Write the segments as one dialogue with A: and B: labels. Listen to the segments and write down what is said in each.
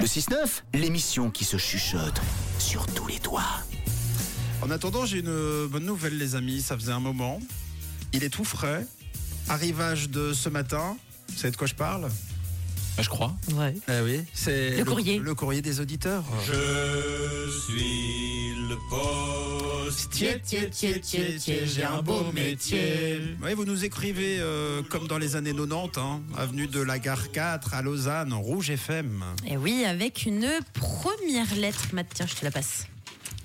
A: 6-9, l'émission qui se chuchote sur tous les toits.
B: En attendant, j'ai une bonne nouvelle, les amis. Ça faisait un moment. Il est tout frais. Arrivage de ce matin. Vous savez de quoi je parle
C: Bah, je crois.
D: Ouais.
B: Eh oui, c'est
D: Le courrier.
B: Le courrier des auditeurs.
E: Je suis le postier, tié, tié, tié, tié, j'ai un beau métier.
B: Oui, vous nous écrivez euh, comme dans les années 90, hein, avenue de la Gare 4 à Lausanne, Rouge FM.
D: Et Eh oui, avec une première lettre. Matt, tiens, je te la passe.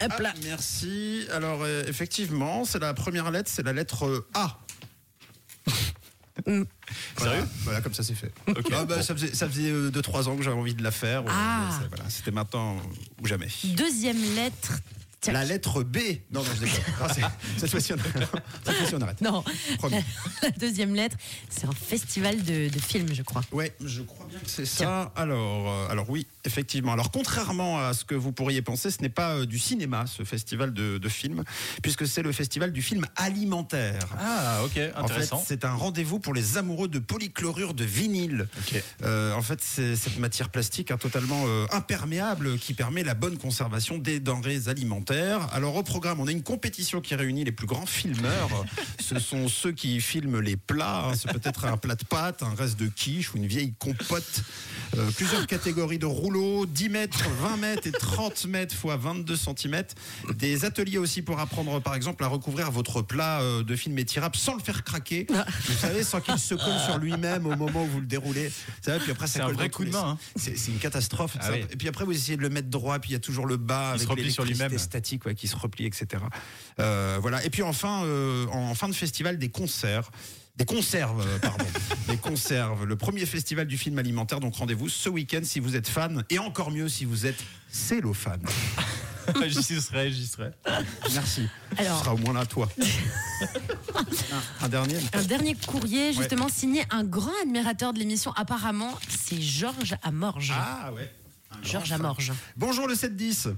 D: Hop là.
B: Ah, merci. Alors, euh, effectivement, c'est la première lettre, c'est la lettre euh, A.
D: Mm.
B: Voilà.
C: Sérieux
B: Voilà, comme ça c'est fait.
C: Ok.
B: Ah, bah, ça faisait 2-3 ans que j'avais envie de la faire. euh,
D: Ah.
B: c'est- voilà, C'était maintenant ou jamais.
D: Deuxième lettre. Tiens.
B: La lettre B. Non, non, je déconne. Ah, c'est- cette fois-ci, on arrête. Cette fois-ci, on arrête.
D: Non,
B: Promis.
D: la deuxième lettre, c'est un festival de, de films, je crois.
B: Ouais, je crois bien que c'est ça. Alors, euh, alors oui, effectivement. Alors, contrairement à ce que vous pourriez penser, ce n'est pas euh, du cinéma, ce festival de, de films, puisque c'est le festival du film alimentaire.
C: Ah,
B: En
C: ok,
B: fait,
C: intéressant.
B: c'est un rendez-vous pour les amoureux de polychlorure de vinyle.
C: Ok.
B: Euh, en fait, c'est cette matière plastique hein, totalement euh, imperméable qui permet la bonne conservation des denrées alimentaires. Alors au programme, on a une compétition qui réunit les plus grands filmeurs. Ce sont ceux qui filment les plats. hein. C'est peut-être un plat de pâtes, un reste de quiche ou une vieille compote. Euh, plusieurs catégories de rouleaux, 10 mètres, 20 mètres et 30 mètres fois 22 cm. Des ateliers aussi pour apprendre, par exemple, à recouvrir votre plat euh, de film étirable sans le faire craquer. Vous savez, sans qu'il se colle sur lui-même au moment où vous le déroulez. Ça va, puis après, ça
C: C'est un
B: colle
C: vrai
B: dans tous
C: coup de
B: les
C: main, hein.
B: sens. C'est c'est une catastrophe.
C: Ah
B: Ça-
C: oui.
B: Et puis après, vous essayez de le mettre droit, puis il y a toujours le bas
C: Il se
B: avec
C: replie sur
B: l'électricité
C: lui-même.
B: statique ouais, qui se replie, etc. Euh, voilà. Et puis enfin, euh, en fin de festival, des concerts. Des conserves, euh, pardon. des conserves. Le premier festival du film alimentaire, donc rendez-vous ce week-end si vous êtes fan, et encore mieux si vous êtes cellophane.
C: j'y serai, j'y serai.
B: Merci.
D: Alors-
B: Ce sera au moins là, toi. un, un dernier
D: Un dernier courrier, justement, signé un grand admirateur de l'émission, apparemment, c'est Georges Amorge.
B: Ah ouais. Un grand
D: Georges
B: fan.
D: Amorge.
B: Bonjour le 7-10.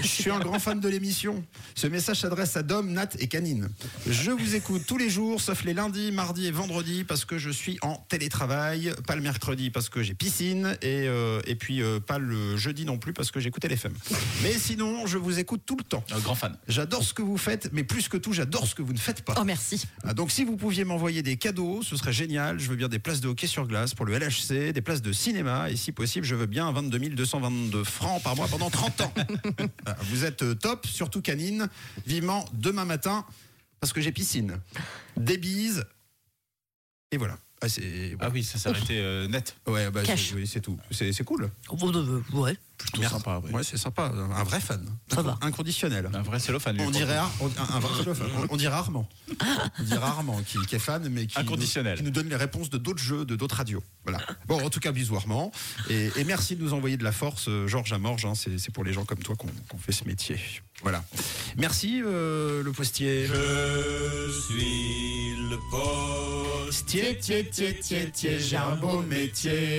B: Je suis un grand fan de l'émission. Ce message s'adresse à Dom, Nat et Canine. Je vous écoute tous les jours, sauf les lundis, mardis et vendredis, parce que je suis en télétravail. Pas le mercredi, parce que j'ai piscine. Et, euh, et puis euh, pas le jeudi non plus, parce que j'écoutais les femmes. Mais sinon, je vous écoute tout le temps.
C: grand fan.
B: J'adore ce que vous faites, mais plus que tout, j'adore ce que vous ne faites pas.
D: Oh, merci.
B: Ah, Donc si vous pouviez m'envoyer des cadeaux, ce serait génial. Je veux bien des places de hockey sur glace pour le LHC, des places de cinéma et si possible, je veux bien 22 222 francs par mois pendant 30 ans. Ah, vous êtes euh, top, surtout canine. Vivement demain matin parce que j'ai piscine. Des bises. Et voilà. Ah, c'est
C: Ah oui, ça s'arrêtait euh, net.
B: ouais, bah,
D: Cash.
B: c'est- oui, c'est tout. C'est c'est cool.
D: Ouais.
C: Plutôt sympa. ouais.
B: Ouais, c'est sympa. Un vrai fan.
D: Ça va.
B: Inconditionnel.
C: Un vrai cellophane. lui,
B: On
C: pour
B: dirait,
C: le coup.
B: ar- on, un- un vrai philosophe, hein. on- on dirait rarement. On dirait rarement qui, qui est fan, mais qui,
C: Inconditionnel.
B: Nous, qui nous donne les réponses de d'autres jeux, de d'autres radios. Voilà. Bon, en tout cas, bisous Armand. Et, et merci de nous envoyer de la force, euh, Georges Amorge. hein, c'est c'est pour les gens comme toi qu'on qu'on fait ce métier. Voilà. Merci, euh, le postier.
E: Je suis le postier, tié, tié, tié, tié, tié, j'ai un beau métier.